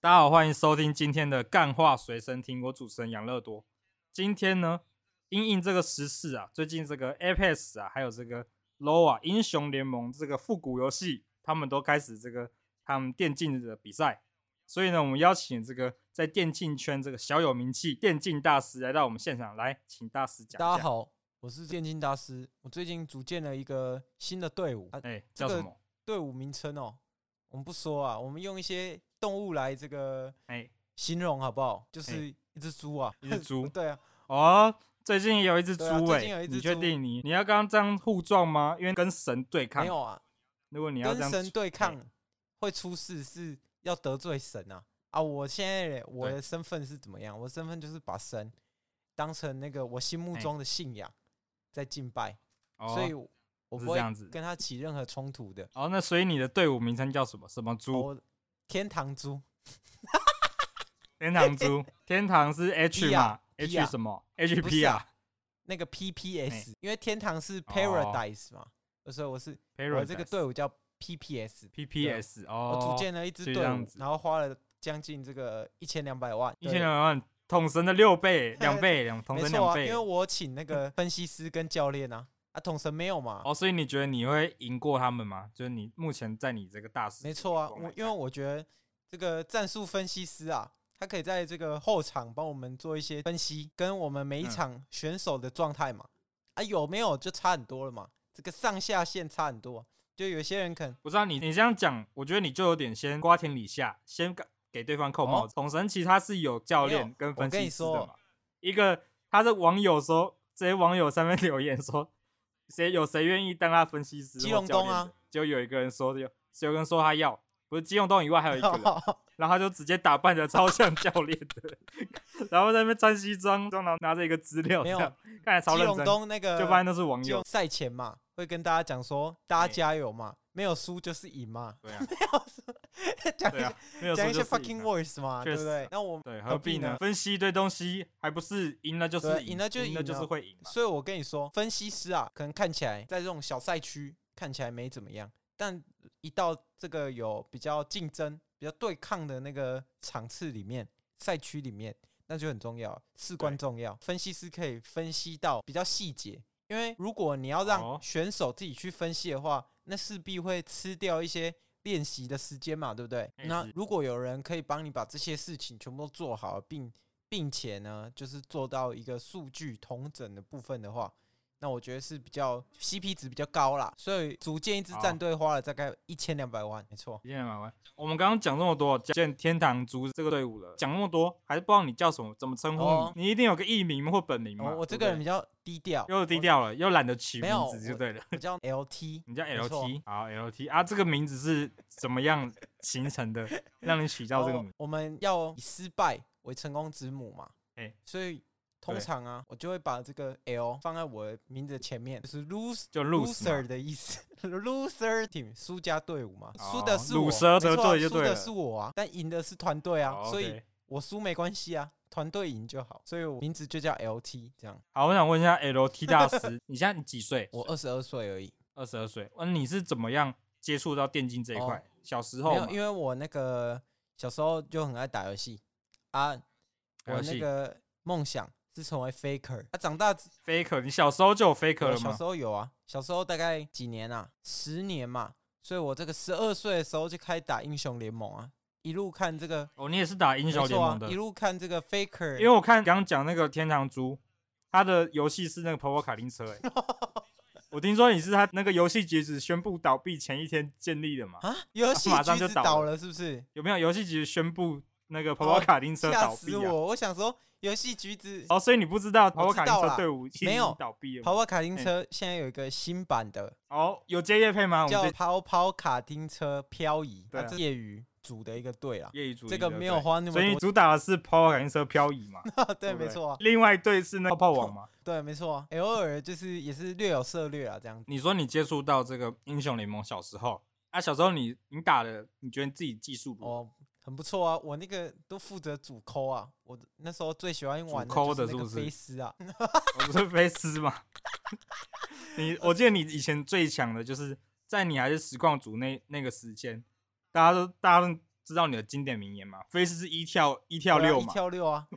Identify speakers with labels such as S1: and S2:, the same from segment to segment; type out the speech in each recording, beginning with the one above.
S1: 大家好，欢迎收听今天的《干话随身听》，我主持人杨乐多。今天呢，因应这个时事啊，最近这个 Apex 啊，还有这个 LO 啊，英雄联盟这个复古游戏，他们都开始这个他们电竞的比赛，所以呢，我们邀请这个在电竞圈这个小有名气电竞大师来到我们现场，来，请大师讲一下。
S2: 大家，好，我是电竞大师。我最近组建了一个新的队伍，啊、
S1: 哎、
S2: 这
S1: 叫
S2: 个
S1: 什么？
S2: 队伍名称哦，我们不说啊，我们用一些动物来这个
S1: 哎、
S2: 形容好不好？就是一只猪啊，
S1: 一只猪
S2: 对啊，
S1: 哦，最近有一只猪
S2: 对啊最
S1: 哎、
S2: 近有一只
S1: 你确
S2: 猪
S1: 定你你要刚刚这样互撞吗？因为跟神对抗
S2: 没，有啊，
S1: 如果你要
S2: 跟
S1: 这样
S2: 神
S1: 子，
S2: 对抗会出事，是要得罪神啊啊！我现在我
S1: 对
S2: 的身份是怎么样？我的身份就是把神当成那个我心目
S1: 哎
S2: 中的信仰在敬拜，
S1: 哦、
S2: 所以我我
S1: 是
S2: 不会
S1: 这样子
S2: 跟他起任何冲突的。
S1: 哦，那所以你的队伍名称叫什么？什么猪？
S2: 我天堂猪。
S1: 天堂猪？天堂是 H 嘛
S2: P 啊
S1: ？H 什么？H
S2: 不是
S1: P 啊
S2: 啊那个 PPS，、
S1: 哎
S2: 因为天堂是 Paradise 嘛，所以我是我这个队
S1: 伍
S2: 伍叫 PPS，、
S1: 哦 P P S
S2: 我组
S1: 哦，
S2: 建了一支
S1: 是
S2: 队
S1: 这样
S2: 伍
S1: 子，
S2: 然后花了将近这个一千两百万，
S1: 一
S2: 对
S1: 千两百万，统神的六倍，两倍，两统
S2: 没
S1: 神
S2: 错
S1: 两
S2: 啊，
S1: 倍
S2: 因为。我请 那个分析师跟教练啊，啊，统神没有嘛，
S1: 哦，所以你觉得你会赢过他们吗？就是你目前在你这个大师，
S2: 没错啊，
S1: 光来
S2: 我因为我觉得这个战术分析师啊。他可以在这个后场帮我们做一些分析，跟我们每一
S1: 嗯
S2: 场选手的状态嘛，啊有没有就差很多了嘛，这个上下限差很多啊、就有些人可能
S1: 不知道你你这样讲，我觉得你就有点先瓜田李下，先给给对方扣帽子。统神其实他是有教练
S2: 哦没有
S1: 跟分析师
S2: 我跟
S1: 的
S2: 你
S1: 嘛
S2: 说。
S1: 一个他的网友说，这些网友上面 留言说，谁有谁愿意当他分析师
S2: 基
S1: 或
S2: 隆
S1: 教
S2: 东
S1: 练
S2: 啊
S1: 的？就有一个人说有，有个人说他要，不是基隆东以外还有一个
S2: 哦
S1: 人， 然后他就直接打扮的超像教练的， 然后在那边穿西装，然后拿着一个资料，
S2: 没有
S1: 这样看起来超
S2: 基
S1: 认
S2: 隆
S1: 真，
S2: 东那个
S1: 就发现那是网
S2: 基
S1: 友
S2: 隆。赛前嘛，会跟大家讲说，大
S1: 哎
S2: 家加油嘛，没有输就是赢嘛，
S1: 对啊，
S2: 讲
S1: 对
S2: 一
S1: 啊
S2: 些，
S1: 没有说
S2: 讲一些
S1: 就是赢
S2: fucking
S1: 啊
S2: words 嘛，
S1: 确
S2: 对
S1: 实
S2: 不
S1: 啊
S2: 对？那我
S1: 对，何
S2: 何
S1: 必
S2: 必
S1: 呢
S2: 呢？
S1: 分析一堆东西，还不是赢了就是
S2: 对
S1: 赢，
S2: 赢了就
S1: 赢了
S2: 赢
S1: 就是
S2: 了
S1: 会赢嘛。
S2: 所以我跟你说，分析师啊，可能看起来在这种小赛区看起来没怎么样，但一到这个有比较竞争、比较对抗的那个场次里面、赛区里面，那就很重要，事关
S1: 对
S2: 重要。分析师可以分析到比较细节，因为如果你要让
S1: 哦
S2: 选手自己去分析的话，那势必会吃掉一些。练习的时间嘛，对不对？
S1: 哎
S2: 那
S1: 是
S2: 如果有人可以帮你把这些事情全部都做好，并并且呢，就是做到一个数据同整的部分的话，那我觉得是比较 CP 值比较高啦。所以组建一支
S1: 好
S2: 战队花了大概一千两百万，没错。
S1: 一千两百万。我们刚刚讲这么多，见天堂猪这个队伍了，讲那么多，还是不知道你叫什么，怎么称呼你？
S2: 哦
S1: 你一定有个艺名或本名嘛？
S2: 哦，我
S1: 嗯
S2: 这
S1: 对不
S2: 个人比
S1: 对
S2: 较低调，
S1: 又低调了，又懒得起
S2: 没
S1: 名
S2: 有
S1: 字就对了。
S2: 我，我叫 LT。
S1: 你叫
S2: 没错
S1: LT，好 LT 啊，这个名字是怎么样形成的？让你取到这个
S2: 哦
S1: 名？
S2: 我们要以失败为成功之母嘛。
S1: 哎
S2: 所以通
S1: 对
S2: 常啊，我就会把这个 L 放在我的名字的前面，就是 lose。
S1: 就
S2: 哦 loser
S1: lose 嘛
S2: 的意思，loser team 输家队伍嘛，
S1: 哦
S2: 输的是我，没
S1: loser
S2: 错
S1: 得
S2: 啊
S1: 罪就
S2: 输
S1: 对了
S2: 的是我啊，但赢的是团队啊
S1: 好，
S2: 所以
S1: OK
S2: 我输没关系啊，团队赢就好，所以我名字就叫 LT 这样。
S1: 好，我想问一下 LT 大师，你现在你几岁？
S2: 我二十二岁而已，
S1: 二十二岁。嗯，你是怎么样接触到电竞这一块？
S2: 哦
S1: 小时候
S2: 没
S1: 嘛
S2: 有，因为我那个小时候就很爱打游戏啊，
S1: 打游
S2: 我
S1: 戏
S2: 那个梦想是成为 faker，啊，长大之
S1: faker，你小时候就有 faker
S2: 我
S1: 了
S2: 小
S1: 吗
S2: 时？候有啊，小时候大概几年啊，十年嘛，所以我这个十二岁的时候就开始打英雄联盟啊，一路看这个。
S1: 哦，你也是打英
S2: 没
S1: 雄
S2: 错
S1: 联盟的
S2: 啊，一，路看这个 Faker，
S1: 因为我看刚刚讲那个天堂猪，他的游戏是那个跑跑卡丁车、 欸，我听说你是他那个游戏截止宣布倒闭前一天建立的嘛？
S2: 啊，游戏
S1: 马上
S2: 机
S1: 就
S2: 制
S1: 倒
S2: 倒
S1: 了
S2: 了，是 不是？
S1: 有没有游戏截止宣布那个跑跑卡丁车
S2: 哦吓
S1: 倒
S2: 死
S1: 闭啊？
S2: 我！我想说，游戏橘子
S1: 哦，所以你不知道跑跑
S2: 我知
S1: 卡
S2: 道
S1: 丁车
S2: 啦
S1: 队伍已
S2: 没
S1: 经
S2: 有
S1: 倒闭了
S2: 跑
S1: 吗？
S2: 跑卡丁车现在有一个新版的，
S1: 哦，有接业配吗？嗯我们
S2: 叫
S1: 这
S2: 跑跑卡丁车漂移，
S1: 对啊
S2: 它是业余组的一个队啦。
S1: 业余主义
S2: 这个
S1: 的
S2: 没有
S1: 对
S2: 花那么
S1: 所以你
S2: 多
S1: 主打的是跑跑卡丁车漂移 嘛？
S2: 啊， 对，
S1: 不
S2: 没错啊，
S1: 另外一队是那个泡泡 网嘛？
S2: 对，没错啊。欸偶尔就是也是略有涉略啊，这样子。
S1: 你说你接触到这个英雄联盟小时候啊，小时候你你打的，你觉得你自己技术如何？
S2: 哦，很不错啊，我那个都负责主抠啊，我那时候最喜欢玩
S1: 主抠
S2: 的
S1: 的
S2: 就是
S1: 是不
S2: 那个
S1: 是
S2: 飞丝啊，
S1: 我不是飞丝嘛？ 你我记得你以前最强的就是在你还是实况组那那个时间，大家都大家都知道你的经典名言吗？飞是一跳一跳
S2: 对啊
S1: 六
S2: 一
S1: 嘛，
S2: 跳六啊，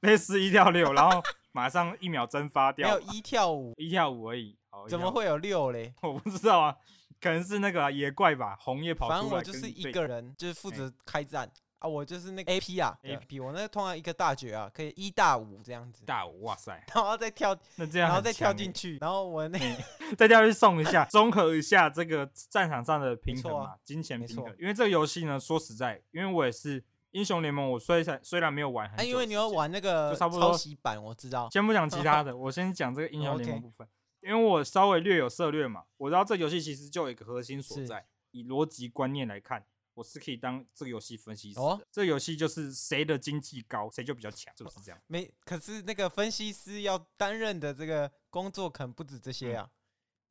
S1: 飞是一跳六，然后马上一秒蒸发
S2: 没有
S1: 掉，
S2: 一跳五，
S1: 一跳五而已。好
S2: 怎么？会有六嘞？
S1: 一跳五 我不知道啊，可能是那个啊野怪吧，红叶跑出来
S2: 反
S1: 跟你
S2: 正我
S1: 对。
S2: 就是一个人，就是负责开战啊，我就是那个 A P 啊
S1: A
S2: ，A P，我那通常一个大绝啊，可以一大五这样子，
S1: 大五，哇塞，
S2: 然后再跳，
S1: 那这样
S2: 然后
S1: 很
S2: 再跳
S1: 强欸
S2: 进去，然后我那
S1: 再下去送一下，综合一下这个战场上的平衡
S2: 没
S1: 嘛，
S2: 错啊
S1: 金钱平
S2: 没
S1: 衡
S2: 错。
S1: 因为这个游戏呢，说实在，因为我也是英雄联盟，我虽然虽然没有玩很
S2: 啊，
S1: 久，
S2: 因为你要，玩那个
S1: 就差不多
S2: 抄袭版，我知道，
S1: 先不讲其 他的，我先讲这个英雄联盟
S2: 哦 OK
S1: 部分，因为我稍微略有涉略嘛，我知道这游戏其实就有一个核心所
S2: 是
S1: 在，以逻辑观念来看。我是可以当这个游戏分析师的，
S2: 哦
S1: 这个游戏就是谁的经济高，谁就比较强，就是这样。
S2: 没，可是那个分析师要担任的这个工作，可能不止这些啊。
S1: 嗯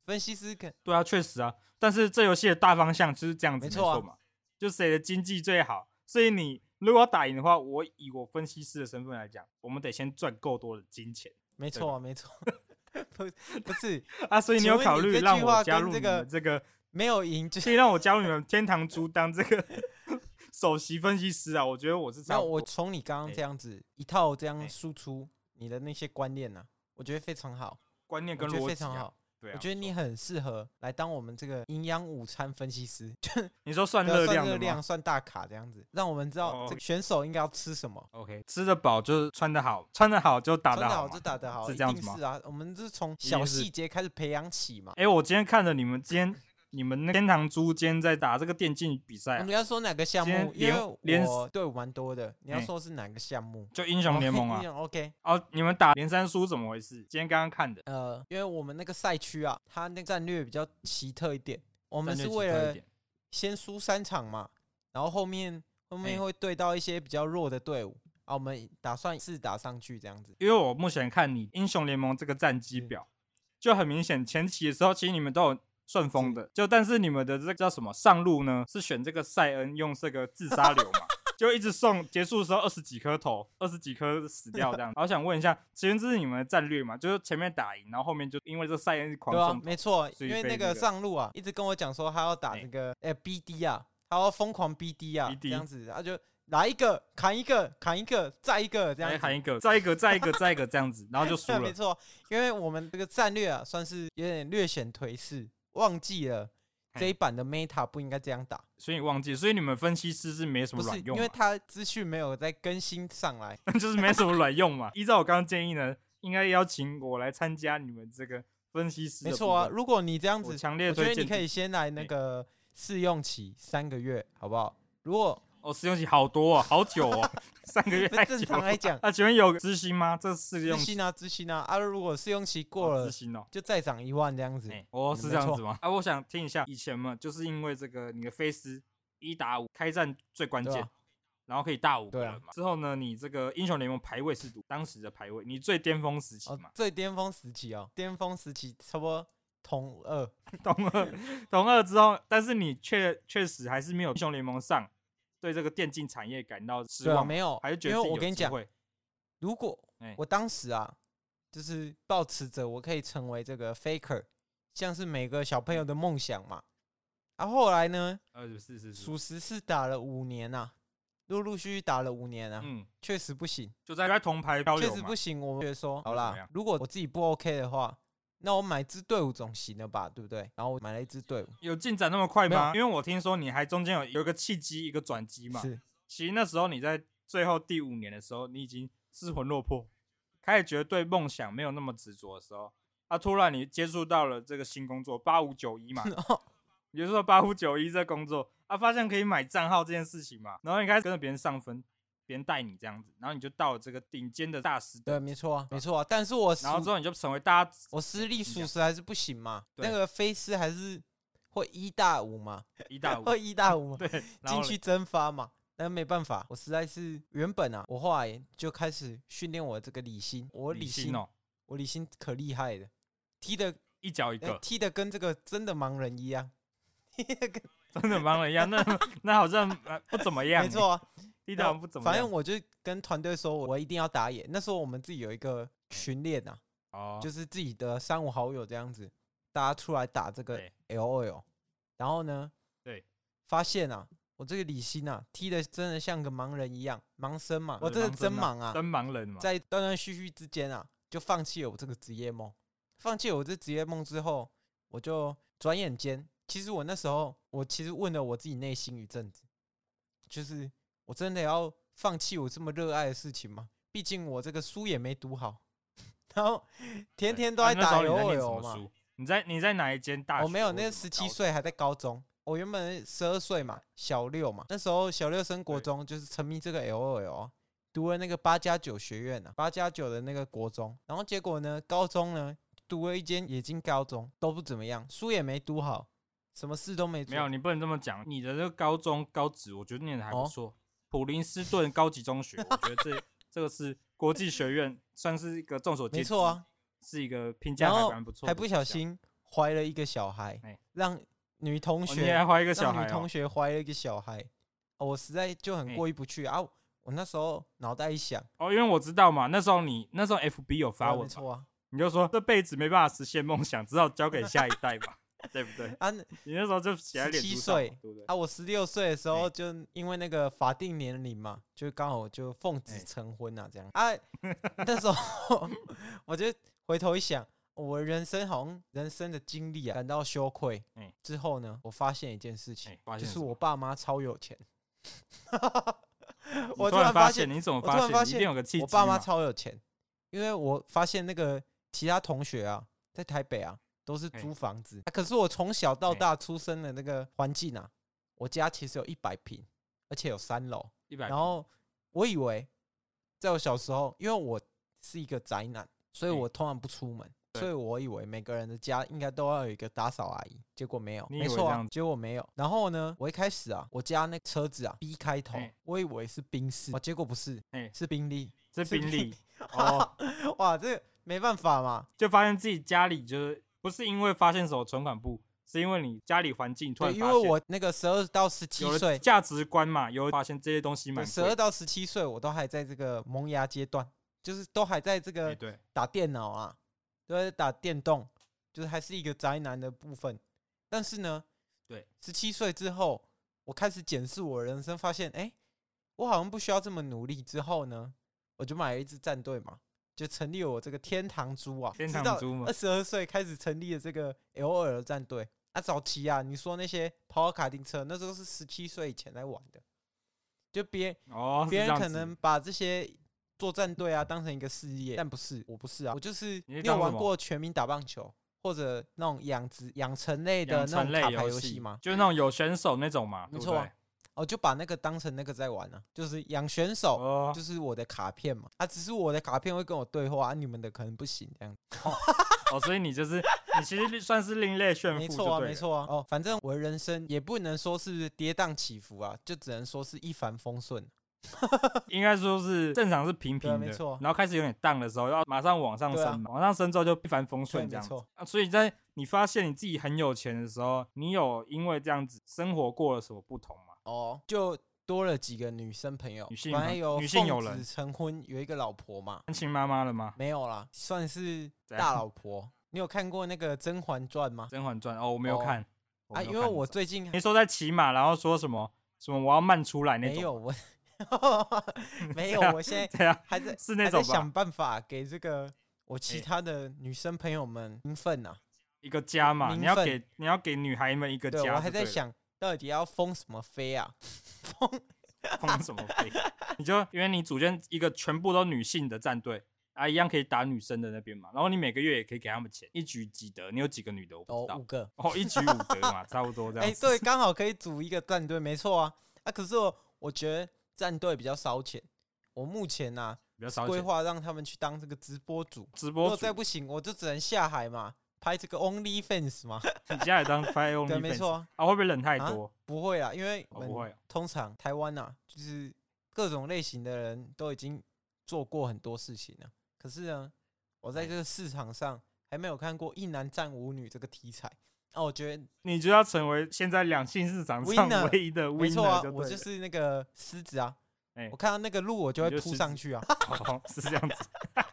S2: 分析师可
S1: 对啊，确实啊，但是这游戏的大方向就是这样子，
S2: 没
S1: 没
S2: 错啊
S1: 错嘛，就谁的经济最好。所以你如果要打赢的话，我以我分析师的身份来讲，我们得先赚够多的金钱
S2: 没
S1: 对
S2: 错啊，没错， 不不是
S1: 啊。所以你有考
S2: 请问你
S1: 虑
S2: 这句
S1: 让我
S2: 话
S1: 加
S2: 跟
S1: 入你
S2: 这个
S1: 们这个，
S2: 没有赢， 就是
S1: 所以让我加入你们天堂猪当这个 首席分析师啊？我觉得我是差
S2: 那
S1: 不多
S2: 我从你刚
S1: 哎
S2: 刚这样子一套这样
S1: 哎
S2: 输出你的那些观念呢、啊我觉得非常好，
S1: 观念
S2: 我
S1: 跟
S2: 觉得
S1: 逻
S2: 非
S1: 辑
S2: 常
S1: 啊，
S2: 好，
S1: 对啊，
S2: 我觉得你很适合来当我们这个营养午餐分析师，
S1: 你说算
S2: 不要
S1: 热
S2: 啊算
S1: 量
S2: 热
S1: 的
S2: 量、
S1: 吗
S2: 算大卡这样子，让我们知
S1: 哦
S2: 道这个选手应该要吃什么。
S1: ？OK，吃得饱就是穿得好，穿得好就打
S2: 真
S1: 得
S2: 的
S1: 好
S2: 好
S1: 嘛
S2: 就。打得好，
S1: 是
S2: 一
S1: 这样
S2: 定
S1: 子吗
S2: 是啊，我们是从
S1: 定
S2: 小
S1: 是
S2: 细节开始培养起嘛。
S1: 哎、我今天看了你们今天你们那天堂猪今天在打这个电竞比赛、
S2: 我
S1: 啊
S2: 们，要说哪个项
S1: 今天
S2: 目？因为
S1: 连连
S2: 我队伍蛮多的，你要
S1: 哎
S2: 说是哪个项目？
S1: 就英雄联盟 啊。
S2: ，OK，
S1: 哦，你们打连三输怎么回事？今天刚刚看的，
S2: 呃，因为我们那个赛区啊，它那个战略比较奇特一点，我
S1: 我
S2: 们是为了先输三场嘛，然后后面后面
S1: 哎
S2: 会对到一些比较弱的队伍啊，我们打算是打上去这样子。
S1: 因为我目前看你英雄联盟这个战绩表，就很明显，前期的时候其实你们都有顺风的，就但是你们的这个叫什么上路呢？是选这个塞恩用这个自杀 流嘛，就一直送，结束的时候二十几颗头，二十几颗死掉这 样。好想问一下，其实这是你们的战略嘛？就是前面打赢，然后后面就因为这塞恩狂
S2: 对啊
S1: 送，头，
S2: 没错，
S1: 所以
S2: 因为
S1: 被
S2: 那
S1: 那
S2: 个
S1: 个
S2: 上路啊，一直跟我讲说他要打
S1: 哎
S2: 这个呃 BD 啊，他要疯狂 BD 啊，
S1: BD
S2: 这样子，他就来一个砍一个砍一个再一个这样
S1: 来
S2: 子，
S1: 哎喊一个，再一个，再一个，再一个这样子，然后就输
S2: 对， 没
S1: 了。
S2: 错，因为我们这个战略啊，算是有点略显颓势，忘记了
S1: 嘿
S2: 这一版的 Meta 不应该这样打，
S1: 所以你忘记，所以你们分析师是没什
S2: 不
S1: 么
S2: 是
S1: 卵用、
S2: 因
S1: 啊，
S2: 为它资讯没有在更新上来，
S1: 就是没什么卵用嘛。依照我刚刚建议呢，应该邀请我来参加你们这个分析师的
S2: 没
S1: 部分。
S2: 错啊。如果你这样
S1: 我
S2: 子，
S1: 强烈
S2: 我觉
S1: 推
S2: 得
S1: 荐
S2: 你可以先来那个试用期三个月，好不好？如果
S1: 哦，试用期好多啊，好久啊，三个月
S2: 那
S1: 太
S2: 正
S1: 久
S2: 常来
S1: 了。
S2: 讲，
S1: 啊，请问有知心吗？这试
S2: 资
S1: 用期
S2: 薪啊资薪啊啊，如果试用期过
S1: 哦知
S2: 了，
S1: 心哦。
S2: 就再涨一万这样子。
S1: 哎哦，
S2: 嗯
S1: 是
S2: 没
S1: 这样
S2: 错
S1: 子吗？啊，我想听一下，以前嘛，就是因为这个你的菲斯一打五开战最关
S2: 对
S1: 键
S2: 啊，
S1: 然后可以大五个
S2: 对啊
S1: 人嘛。之后呢，你这个英雄联盟排位是多当时的排位，你最巅峰时期
S2: 哦
S1: 嘛，，
S2: 最巅峰时期哦，巅峰时期差不多同二，
S1: 懂二懂二之后，但是你确确实还是没有英雄联盟上对这个电竞产业感到失
S2: 对啊，
S1: 望，
S2: 没有
S1: 还是，觉
S2: 因
S1: 得
S2: 为
S1: 自己
S2: 我
S1: 有
S2: 跟你
S1: 机
S2: 讲，
S1: 会
S2: 如果
S1: 哎
S2: 我当时啊，就是抱持着我可以成为这个 faker，像是每个小朋友的梦想嘛。啊，后来呢，
S1: 呃是是是，
S2: 属实是打了五年呐、啊，陆陆续续打了五年啊，
S1: 嗯，
S2: 确、实不行，
S1: 就在在铜牌漂
S2: 确
S1: 流
S2: 实
S1: 嘛
S2: 不，行。我觉得说，
S1: 那怎
S2: 好
S1: 么
S2: 啦
S1: 样，
S2: 如果我自己不 OK 的话，那我买支队伍总行了吧，对不对？然后我买了一支队伍，
S1: 有进展那么快吗？
S2: 没
S1: 因为我听说你还中间有有一个契机，一个转机嘛。
S2: 是
S1: 其实那时候你在最后第五年的时候，你已经失魂落魄，开始觉得对梦想没有那么执着的时候，啊，突然你接触到了这个新工作八五九一嘛，
S2: 啊
S1: 也就是说八五九一这工作啊，发现可以买账号这件事情嘛，然后你开始跟着别人上分，别人带你这样子，然后你就到了这个顶尖的大师，
S2: 对，没错啊，没错啊。但是我实
S1: 然后之后你就成为大家
S2: 我实力
S1: 你讲
S2: 属实还是不行嘛，
S1: 对
S2: 那个飞狮还是会一大五嘛，
S1: 一 大五，
S2: 会一大五 嘛。
S1: 对，然后
S2: 进
S1: 嘞
S2: 去蒸发嘛。但没办法，我实在是原本啊，我后来就开始训练我这个李欣，我
S1: 理
S2: 李
S1: 性
S2: 欣，
S1: 哦，
S2: 我李欣可厉害的，踢的、
S1: 一脚一
S2: 呃
S1: 个，
S2: 踢的跟这个真的盲人一样，踢得跟
S1: 真的忙了一样，那 那好像呃不怎么样，
S2: 没，错、啊，
S1: 一大五不怎么
S2: 反
S1: 样
S2: 正，我就跟团队说，我一定要打野。那时候我们自己有一个群练啊，
S1: 哦
S2: 就是自己的三五好友这样子，大家出来打这个
S1: 对
S2: L O L，然后呢，
S1: 对，
S2: 发现啊，我我这个李欣啊，踢的真的像个盲人一样，盲僧嘛，我
S1: 对
S2: 真
S1: 盲
S2: 的真
S1: 僧啊
S2: 盲啊，
S1: 真盲人嘛，
S2: 在断断续续之间啊，就放弃了我这个职业梦。放弃了我这职业梦之后，我就转眼间，其实我那时候，我其实问了我自己内心一阵子，就是我真的要放弃我这么热爱的事情吗？毕竟我这个书也没读好， 然后
S1: 对
S2: 天天都
S1: 啊那
S2: 在
S1: 时
S2: 打
S1: 候你
S2: 游
S1: 在
S2: 泳
S1: 念什么
S2: 嘛。
S1: 书？你在你在哪一间大学？
S2: 我没有，那
S1: 什
S2: 十
S1: 么
S2: 七
S1: 高
S2: 岁还在高中，我原本十二岁嘛，小六嘛，那时候小六升国
S1: 对
S2: 中就是沉迷这个 LOL，啊读了那个八加九学院啊，八加九的那个国中，然后结果呢，高中呢读了一间冶金高中，都不怎么样，书也没读好，什么事都没做，
S1: 没有，你不能这么讲。你的这个高中高职，我觉得念的还不
S2: 哦
S1: 错。普林斯顿高级中学，我觉得这这个是国际学院，算是一个众所皆知，
S2: 没错啊，，
S1: 是一个评价
S2: 然
S1: 还
S2: 后
S1: 蛮不错的学校。
S2: 还不小心怀了一个小孩，
S1: 哎
S2: 让女同
S1: 哦，
S2: 学、
S1: 你也怀一个小
S2: 让
S1: 孩
S2: 女
S1: 哦
S2: 同学怀了一个小孩，哦我实在就很
S1: 哎
S2: 过意不去、啊，我那时候脑袋一想，
S1: 哦，因为我知道嘛，那时候你那时候 FB 有发
S2: 啊
S1: 文
S2: 没
S1: 嘛，
S2: 错啊。
S1: 你就说这辈子没办法实现梦想，只好交给下一代吧， 对不对？
S2: 啊那
S1: 你那时候就写在脸
S2: 17
S1: 书上嘛，
S2: 岁
S1: 对不对？
S2: 啊，我十六岁的时候
S1: 哎
S2: 就因为那个法定年龄嘛，就刚好就奉子
S1: 哎
S2: 成婚啊，这样啊。 那时候我就回头一想，我人生好像人生的经历啊，感到羞愧
S1: 哎。
S2: 之后呢，我发现一件事情
S1: 哎，发
S2: 就
S1: 现
S2: 是
S1: 什么
S2: 我爸妈超有钱。
S1: 你突
S2: 我突
S1: 然
S2: 然
S1: 发
S2: 发现
S1: 你怎么
S2: 我突然
S1: 现？
S2: 发
S1: 你一
S2: 现
S1: 定有个契机
S2: 我爸妈
S1: 嘛
S2: 超有钱，因为我发现那个其他同学啊，在台北啊都是
S1: 嘿
S2: 租房子，啊可是我从小到
S1: 嘿
S2: 大出生的那个环境啊，我家其实有一百平，而且有三楼。
S1: 一百
S2: 然后我以为，在我小时候，因为我是一个宅男，所以
S1: 嘿
S2: 我通常不出门，
S1: 对
S2: 所以我以为每个人的家应该都要有一个打扫阿姨，结果没有，
S1: 你
S2: 没
S1: 以为这
S2: 错、啊
S1: 样，
S2: 结果没有。然后呢，我一开始啊，我家那车子啊，B 开头
S1: 嘿，
S2: 我以为是宾士，哦，结果不是，
S1: 嘿
S2: 是宾利。
S1: 这
S2: 是
S1: 病
S2: 病
S1: 例哦，
S2: 哇，这个没办法嘛，
S1: 就发现自己家里就是不是因为发现什么存款不，是因为你家里环境突
S2: 对，
S1: 然
S2: 因
S1: 发
S2: 为
S1: 现
S2: 我那个十二到十
S1: 有
S2: 七
S1: 了
S2: 岁，
S1: 价值观嘛，有发现这些东西蛮
S2: 十
S1: 贵
S2: 二
S1: 的。
S2: 到十七岁，我都还在这个萌芽阶段，就是都还在这个
S1: 哎对，
S2: 打电脑啊，都在打电动，就是还是一个宅男的部分。但是呢，
S1: 对，
S2: 十七岁之后，我开始检视我的人生，发现哎、诶我好像不需要这么努力。之后呢，我就买了一支战队嘛，就成立了我这个天堂猪啊，
S1: 天堂猪嘛
S2: 二十二岁开始成立了这个 L 二的战队。啊，早期啊，你说那些跑跑卡丁车，那时候是十七岁以前来玩的，就别
S1: 哦，是
S2: 别
S1: 这
S2: 人
S1: 样
S2: 可
S1: 子
S2: 能把这些作战队啊当成一个事业，但不是，我不是啊，我就是
S1: 你是
S2: 你有
S1: 当什
S2: 玩
S1: 么
S2: 过全民打棒球或者那种养殖养成类的
S1: 养
S2: 那
S1: 成
S2: 种
S1: 类
S2: 卡牌游
S1: 游
S2: 戏吗？
S1: 就是那种有选手那种嘛，
S2: 没
S1: 对不
S2: 错啊
S1: 对
S2: 哦，就把那个当成那个在玩啊，就是养选手，
S1: 哦，
S2: 就是我的卡片嘛，啊，只是我的卡片会跟我对话，啊，你们的可能不行这样，
S1: 哦，所以你就是你其实算是另类炫
S2: 没
S1: 富，
S2: 错
S1: 就
S2: 啊，
S1: 对
S2: 没
S1: 了。
S2: 错啊，哦，反正我的人生也不能说是跌宕起伏啊，就只能说是一帆风顺，啊
S1: 应该说是正常是平平
S2: 对啊
S1: 的，
S2: 没错
S1: 然后开始有点荡的时候，要马上往上
S2: 对啊
S1: 升嘛，往上升之后就一帆风
S2: 对，
S1: 顺这
S2: 没
S1: 样子。
S2: 错，
S1: 啊，所以在你发现你自己很有钱的时候，你有因为这样子生活过了什么不同吗？
S2: 哦，就多了几个女生朋友，
S1: 女性
S2: 本
S1: 朋
S2: 来有
S1: 女性友
S2: 奉子
S1: 人
S2: 成婚，有一个老婆嘛，
S1: 单亲妈妈了吗？
S2: 没有啦，算是
S1: 怎样
S2: 大老婆。你有看过那个《甄嬛传》吗？
S1: 《甄嬛传》哦，我没有
S2: 哦
S1: 看
S2: 啊，
S1: 没有
S2: 因为
S1: 看
S2: 我最近
S1: 你说在骑马，然后说什么什么我要慢出来那种，
S2: 没有我， 没有
S1: 这，样
S2: 我现在
S1: 对啊，
S2: 还在
S1: 是那
S2: 还在
S1: 种吧
S2: 想，办法给这个我其
S1: 哎
S2: 他的女生朋友们兴奋啊。
S1: 一个家嘛，
S2: 名
S1: 你要
S2: 分
S1: 给你要给女孩们一个
S2: 对
S1: 家，
S2: 我还在，想到底要封什么妃啊？封
S1: 放什么 飞？你就因为你组建一个全部都女性的战队。啊，一样可以打女生的那边嘛，然后你每个月也可以给他们钱，一举几得。你有几个女的我不
S2: 哦
S1: 知道
S2: 五，个，
S1: 哦一举五得嘛，差不多这
S2: 哎、
S1: 样子。
S2: 对，刚好可以组一个战队，没错啊。啊，可是我我觉得战队比较烧钱，我目前呐、
S1: 比较少
S2: 啊、
S1: 钱
S2: 规划让他们去当这个直播主，
S1: 直
S2: 如
S1: 播
S2: 果
S1: 主
S2: 再不行，我就只能下海嘛，拍这个 OnlyFans 嘛。
S1: 你家也 当 Fire Only
S2: 对，没错啊，
S1: 啊，会不会人太
S2: 啊
S1: 多？
S2: 不会啊，因为我
S1: 哦不会
S2: 们
S1: 啊
S2: 通常台湾啊，就是各种类型的人都已经做过很多事情了。可是呢，我在这个市场上还没有看过一男战五女这个题材。啊，我觉得
S1: 你就要成为现在两性市场上
S2: Winner，
S1: 唯一的 winner，
S2: 没错啊，
S1: 就
S2: 我
S1: 对
S2: 就
S1: 了
S2: 是那个狮子啊
S1: 哎。
S2: 我看到那个鹿，我就 会
S1: 你就
S2: 扑
S1: 狮
S2: 上
S1: 子
S2: 去啊！
S1: 哦，是这样子。
S2: 啊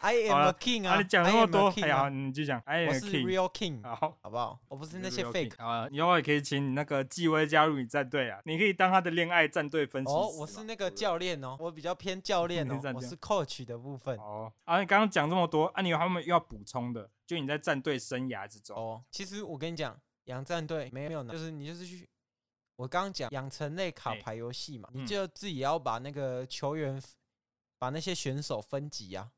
S2: I
S1: 好
S2: am
S1: 了
S2: a king 啊！
S1: 啊，你讲那
S2: I am
S1: 么
S2: a
S1: 多，哎
S2: king
S1: 呀，
S2: 啊，
S1: 你就讲 I am
S2: 我
S1: a
S2: 是
S1: king，
S2: real king，
S1: 好。
S2: 好不好？我不是那些
S1: Real
S2: fake
S1: king。啊、以后也可以请那个纪威加入你战队啊，你可以当他的恋爱战队分析师嘛。
S2: 哦，我是那个
S1: 对不对
S2: 教练哦，我比较偏教 练
S1: 你是
S2: 哦
S1: 这样，
S2: 我
S1: 讲
S2: 是 coach 的部分
S1: 哦，啊，你刚刚讲这么多，啊，你有他们要补充的，就你在战队生涯之中，
S2: 哦。其实我跟你讲，养战队没有没
S1: 嗯
S2: 有呢，就是你就是去，我刚刚讲养成类卡
S1: 哎
S2: 牌游戏嘛，你
S1: 嗯
S2: 就自己要把那个球员，把那些选手分级啊。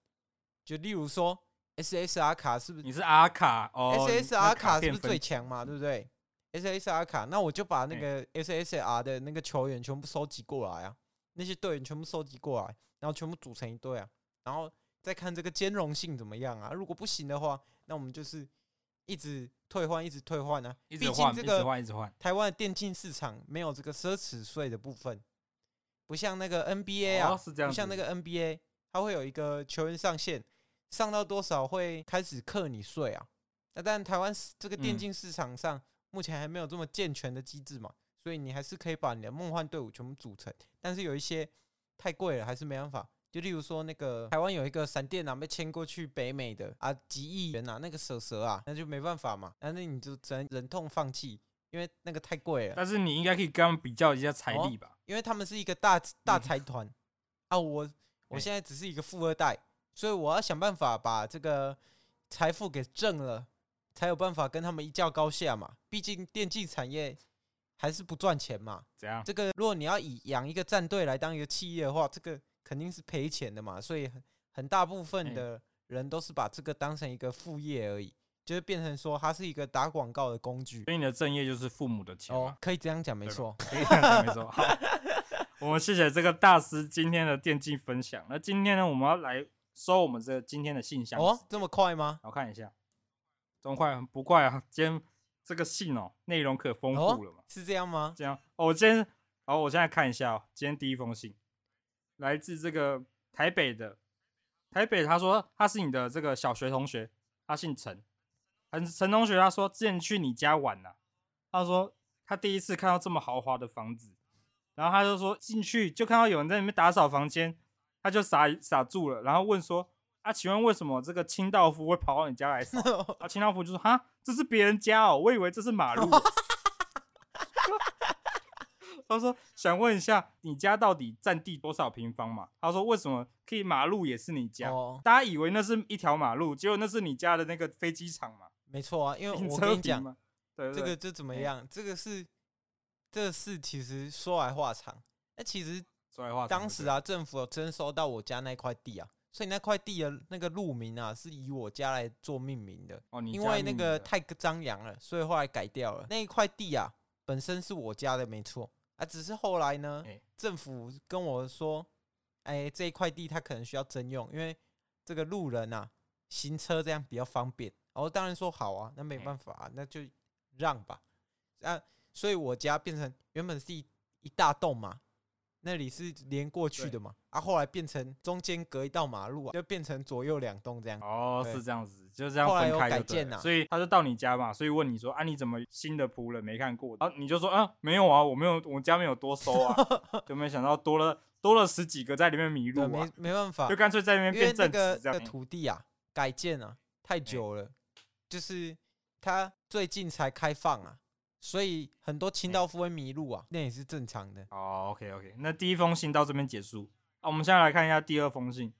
S2: 就例如说 SSR 卡是不是
S1: 你是阿卡哦
S2: SSR 卡是
S1: 片
S2: 不是
S1: 分
S2: 最强嘛？对不对？SSR 卡，那我就把那
S1: 哎
S2: 个 SSR 的那个球员全部收集过来啊，那些队员全部收集过来，然后全部组成一队啊，然后再看这个兼容性怎么样啊。如果不行的话，那我们就是一直退换，一直退换啊。
S1: 一
S2: 毕
S1: 直
S2: 竟
S1: 换，
S2: 这
S1: 一直
S2: 个
S1: 换，一直换。
S2: 台湾的电竞市场没有这个奢侈税的部分，不像那个 NBA
S1: 哦
S2: 啊，
S1: 是这样
S2: 不
S1: 子，
S2: 像那个 NBA，它会有一个球员上限，上到多少会开始克你税啊。那但台湾市这个电
S1: 嗯
S2: 竞市场上、目前还没有这么健全的机制嘛，所以你还是可以把你的梦幻队伍全部组成，但是有一些太贵了，还是没办法。就例如说那个台湾有一个闪电狼被签过去北美的啊，几亿元啊，那个蛇蛇啊，那就没办法嘛，那那你就只能忍痛放弃，因为那个太贵了。
S1: 但是你应该可以跟他们比较一下财
S2: 哦
S1: 力吧？
S2: 因为他们是一个大大
S1: 嗯
S2: 财团、啊，我我
S1: 哎
S2: 现在只是一个富二代，所以我要想办法把这个财富给挣了，才有办法跟他们一较高下嘛。毕竟电竞产业还是不赚钱嘛。
S1: 怎样？
S2: 这个如果你要以养一个战队来当一个企业的话，这个肯定是赔钱的嘛。所以很很大部分
S1: 哎
S2: 的人都是把这个当成一个副业而已，就是变成说它是一个打广告的工具。
S1: 所以你的正业就是父母的钱
S2: 哦
S1: 嘛，，
S2: 可以这样讲，没
S1: 对吧
S2: 错。
S1: 可以这样讲 没错。好，我们谢谢这个大师今天的电竞分享。那今天呢，我们要来收我们这个今天的信箱
S2: 哦
S1: 时，
S2: 这么快吗？
S1: 我看一下，中快不快啊？今天这个信哦，内容可丰富了嘛？
S2: 哦是这样吗？
S1: 这样，哦，我今天，好，我现在看一下哦，今天第一封信来自这个台北的，台北他说他是你的这个小学同学，他姓陈，陈陈同学他说之前去你家玩呐、他说他第一次看到这么豪华的房子，然后他就说进去就看到有人在里面打扫房间，他就傻傻住了，然后问说啊，请问为什么这个清道夫会跑到你家来扫？啊，清道夫就说哈，这是别人家哦，我以为这是马路 哦。他说：“想问一下，你家到底占地多少平方嘛？”他说：“为什么可以马路也是 你家？
S2: 哦，
S1: 大家以为那是一条马路，结果那是你家的那个飞机场嘛，
S2: 没错啊， 因为
S1: 停
S2: 我
S1: 车
S2: 跟你
S1: 坪
S2: 讲，
S1: 嘛。对
S2: 这
S1: 对
S2: 个
S1: 对，
S2: 就怎么
S1: 哎
S2: 样，这个是这事其实说来话长。那其实
S1: 说来话长
S2: 当时
S1: 对
S2: 啊，政府有征收到我家那块地啊，所以那块地的那个路名啊，是以我家来做命名的，
S1: 哦，你
S2: 因
S1: 家
S2: 为
S1: 命
S2: 那
S1: 名的
S2: 个太张扬了，所以后来改掉了。那一块地啊，本身是我家的，没错啊，只是后来呢
S1: 哎，
S2: 政府跟我说，哎，这一块地它可能需要征用，因为这个路人啊，行车这样比较方便。然后当然说好啊，那没
S1: 哎
S2: 办法啊，那就让吧。啊，所以我家变成原本是一一大栋嘛，那里是连过去
S1: 对
S2: 的嘛，啊，后来变成中间隔一道马路啊，就变成左右两栋这样。
S1: 哦
S2: 对
S1: 是这样子，就这样
S2: 后来
S1: 分
S2: 有
S1: 开就
S2: 改
S1: 对
S2: 建
S1: 了
S2: 啊
S1: 所以他就到你家嘛，所以问你说啊，你怎么新的仆人没看过？然后你就说啊，没有啊，我没有，我家没有多收 啊，就没想到多了多了十几个在里面迷
S2: 对，
S1: 路啊
S2: 没，没办法
S1: 就，干脆在那边
S2: 因为
S1: 变
S2: 那
S1: 正
S2: 个
S1: 直这
S2: 那个
S1: 样。
S2: 土地啊，改建啊太久了，就是它最近才开放啊，所以很多清
S1: 哎
S2: 道夫会迷路啊，那也是正常的。
S1: 哦，OK OK，那第一封信到这边结束啊，我们现在来看一下第二封信。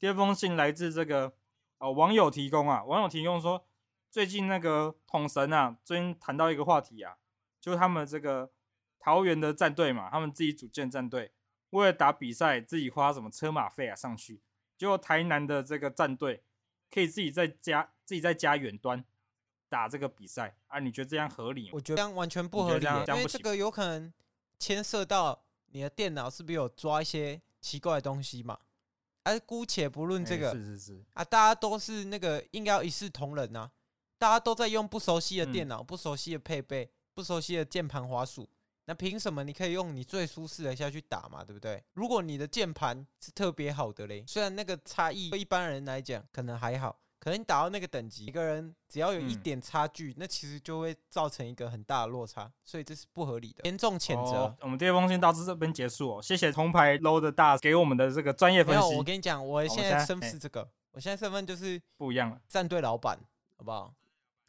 S1: 第二封信来自这个呃网友提供啊，网友提供说，最近那个统神啊，最近谈到一个话题啊，就是他们这个桃园的战队嘛，他们自己组建战队，为了打比赛自己花什么车马费啊上去，结果台南的这个战队可以自己在家自己在家远端打这个比赛啊，你觉得这样合理吗？
S2: 我觉得这样完全不
S1: 你觉
S2: 合
S1: 得
S2: 理
S1: 这样
S2: 耶，
S1: 这样
S2: 因为
S1: 不
S2: 这
S1: 行
S2: 个有可能牵涉到你的电脑是不是有抓一些奇怪的东西嘛？而、姑且不论这
S1: 哎
S2: 个、
S1: 是是是，
S2: 啊，大家都是那个应该要一视同仁啊，大家都在用不熟悉的电
S1: 嗯
S2: 脑、不熟悉的配备、不熟悉的键盘、滑鼠，那凭什么你可以用你最舒适的下去打嘛？对不对？如果你的键盘是特别好的嘞，虽然那个差异对一般人来讲可能还好，可能你打到那个等级，一个人只要有一
S1: 嗯
S2: 点差距，那其实就会造成一个很大的落差，所以这是不合理的，严重谴责。
S1: 哦我们第二封信到这边结束哦，谢谢铜牌 low 的大给我们的这个专业
S2: 没
S1: 分
S2: 有，
S1: 析
S2: 我。跟你讲，我
S1: 我
S2: 现
S1: 现在
S2: 在身
S1: 哎
S2: 负这个，我现在身份就是
S1: 不一样了。
S2: 战队老板，好不好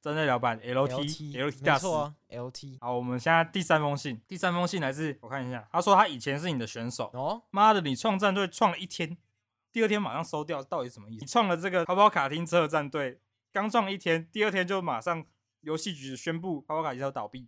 S1: 战队老板 LT
S2: ？LT
S1: LT 大师。
S2: 没错啊，LT
S1: 好，我们现在第三封信，第三封信来自我看一下，他说他以前是你的选手，
S2: 哦，
S1: 妈的，你创战队创了一天，第二天马上收掉，到底什么意思？你创了这个跑跑卡丁车的战队，刚创一天，第二天就马上游戏局宣布跑跑卡丁车倒闭，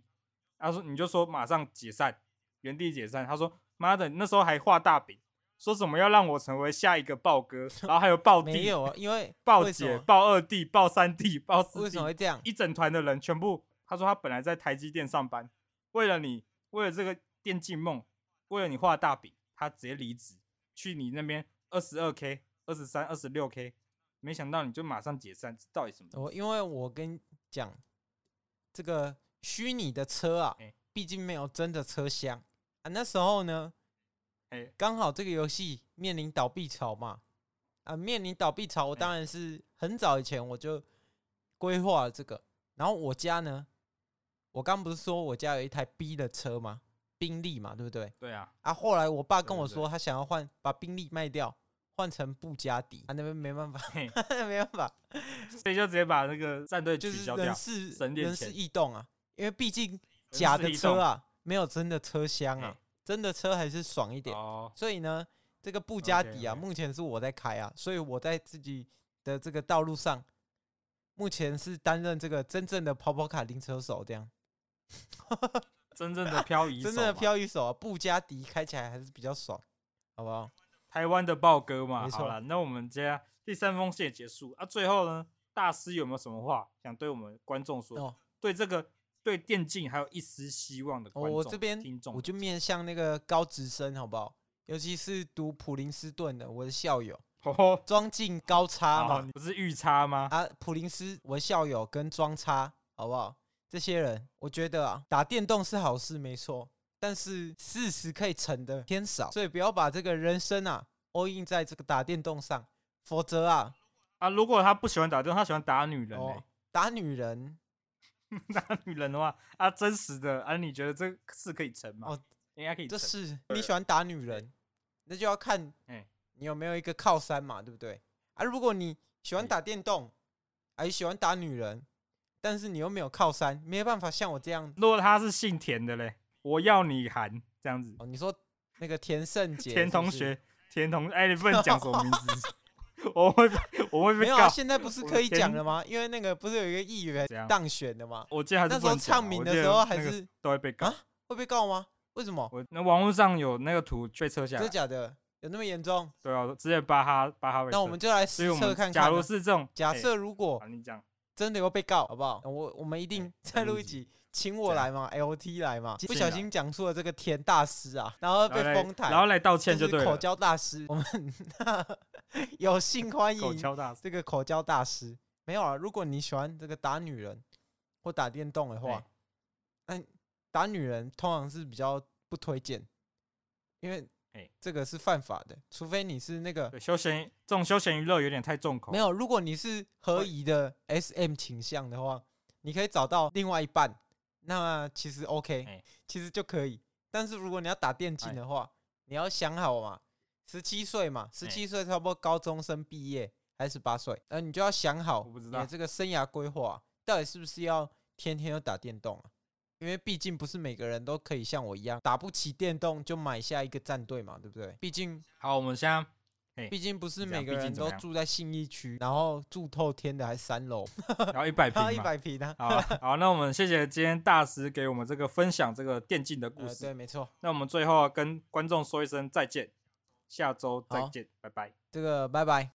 S1: 他说你就说马上解散，原地解散。他说妈的，那时候还画大饼，说什么要让我成为下一个豹哥，然后还有豹
S2: 没
S1: 弟、
S2: 有啊，因为
S1: 豹
S2: 为什
S1: 姐、
S2: 么
S1: 豹二弟、豹三弟、豹四
S2: 为
S1: 弟
S2: 什么，会这样？
S1: 一整团的人全部，他说他本来在台积电上班，为了你，为了这个电竞梦，为了你画大饼，他直接离职，去你那边二十二 k、二十三、二十六 k，没想到你就马上解散，这到底什么？
S2: 我因为我跟你讲，这个虚拟的车啊
S1: 哎，
S2: 毕竟没有真的车厢啊。那时候呢，
S1: 哎
S2: 刚好这个游戏面临倒闭潮嘛，啊，面临倒闭潮，我
S1: 哎
S2: 当然是很早以前我就规划了这个。然后我家呢，我刚不是说我家有一台 B 的车吗？宾利嘛，对不对？
S1: 对啊，
S2: 啊，后来我爸
S1: 对
S2: 跟我
S1: 对
S2: 说，他想要换把宾利卖掉，换成布加迪，啊，那边没办法，
S1: 嘿
S2: 没办法，
S1: 所以就直接把那个战队取
S2: 就是
S1: 消掉
S2: 人。事
S1: 省点
S2: 人
S1: 钱
S2: 事异动啊，因为毕竟假的车啊，没有真的车厢啊
S1: 哎，
S2: 真的车还是爽一点。
S1: 哦，
S2: 所以呢，这个布加迪啊，
S1: OK，OK
S2: 目前是我在开啊，所以我在自己的这个道路上，目前是担任这个真正的跑跑卡丁车手，这样
S1: 真正的漂移，
S2: 真正的，漂移手啊，布加迪开起来还是比较爽，好不好？
S1: 台湾的豹哥嘛。
S2: 没错
S1: 好了，那我们接下来第三封信也结束啊。最后呢，大师有没有什么话想对我们观众说？
S2: 哦，
S1: 对这个对电竞还有一丝希望的
S2: 哦
S1: 观众、
S2: 我这边
S1: 听众，
S2: 我就面向那个高职生，好不好？尤其是读普林斯顿的，我的校友
S1: 哦，
S2: 庄敬高差嘛
S1: 好，，你不是预差吗？
S2: 啊，普林斯我的校友跟庄差，好不好？这些人，我觉得啊，打电动是好事，没错，但是事实可以成的偏少，所以不要把这个人生啊 all in 在这个打电动上，否则啊，
S1: 啊，如果他不喜欢打仗，他喜欢打女人、欸
S2: 哦，打女人，
S1: 打女人的话，啊，真实的啊，你觉得这事可以成吗？
S2: 哦，
S1: 应该可以
S2: 这
S1: 成。
S2: 是你喜欢打女人，那就要看
S1: 哎
S2: 你有没有一个靠山嘛，对不对？啊，如果你喜欢
S1: 哎
S2: 打电动，啊，也喜欢打女人，但是你又没有靠山，没办法像我这样
S1: 如果他是姓田的嘞，我要你韩这样子，
S2: 哦。你说那个 田胜杰，
S1: 田同学，田同，哎、你不能讲什么名 字，我会被我会
S2: 没
S1: 被
S2: 有啊，
S1: 告。
S2: 现在不是可以讲了吗？因为那个不是有一个议员
S1: 怎样
S2: 当选的吗？
S1: 我记得还是
S2: 那时
S1: 不能
S2: 候
S1: 讲啊
S2: 唱名
S1: 我
S2: 的
S1: 记得
S2: 时候还
S1: 那个
S2: 是
S1: 都会被告。
S2: 啊会被告吗？为什么？
S1: 我那网络上有那个图被撤下
S2: 真的
S1: 来，
S2: 假的？有那么严重？
S1: 对啊，直接巴哈巴哈被撤。
S2: 那我们就来
S1: 所以
S2: 实
S1: 我
S2: 测
S1: 们
S2: 看
S1: 假
S2: 看
S1: 如
S2: 啊。
S1: 是这种
S2: 假
S1: 哎
S2: 设如果
S1: 好你讲，
S2: 真的有被告，好不好？我我们一定再
S1: 再哎录
S2: 录一
S1: 一啊
S2: 集，请我
S1: 这样
S2: 来嘛，LT 来嘛。
S1: 进
S2: 不小
S1: 来
S2: 心讲出了这个田大师啊，然后
S1: 然后
S2: 被
S1: 来
S2: 封台，
S1: 然后来道歉就
S2: 就
S1: 对
S2: 是口
S1: 了。
S2: 交大师。 我们有幸欢
S1: 口
S2: 迎
S1: 交大师，
S2: 这个口交大师。没有啊，如果你喜欢这个打女人或打电动的话
S1: 哎，
S2: 嗯，打女人通常是比较不推荐，因为
S1: 哎
S2: 这个是犯法的，除非你是那个
S1: 对休闲这种休闲娱乐有点太重口。
S2: 没有，如果你是合宜的 SM 倾向的话，你可以找到另外一半，那其实 OK，、
S1: 哎
S2: 其实就可以。但是如果你要打电竞的话，你要想好嘛，十七岁嘛，十七岁差不多高中生毕业还是八岁，呃，你就要想好
S1: 我不知
S2: 你
S1: 道
S2: 的这个生涯规划、到底是不是要天天都打电动啊？因为毕竟不是每个人都可以像我一样打不起电动就买下一个战队嘛，对不对？毕竟
S1: 好，我们现在
S2: 毕竟不是
S1: 欸你这
S2: 每
S1: 样
S2: 个
S1: 毕竟
S2: 人
S1: 怎么
S2: 都
S1: 样
S2: 住在信义区，然后住透天的还三 楼，
S1: 聊一百平
S2: 他一
S1: 嘛。
S2: 百平啊。
S1: 好啊，好，那我们谢谢今天大师给我们这个分享这个电竞的故
S2: 呃，
S1: 事。
S2: 对，没错，
S1: 那我们最后跟观众说一声再见，下周再
S2: 好
S1: 见，拜拜。
S2: 这个拜拜。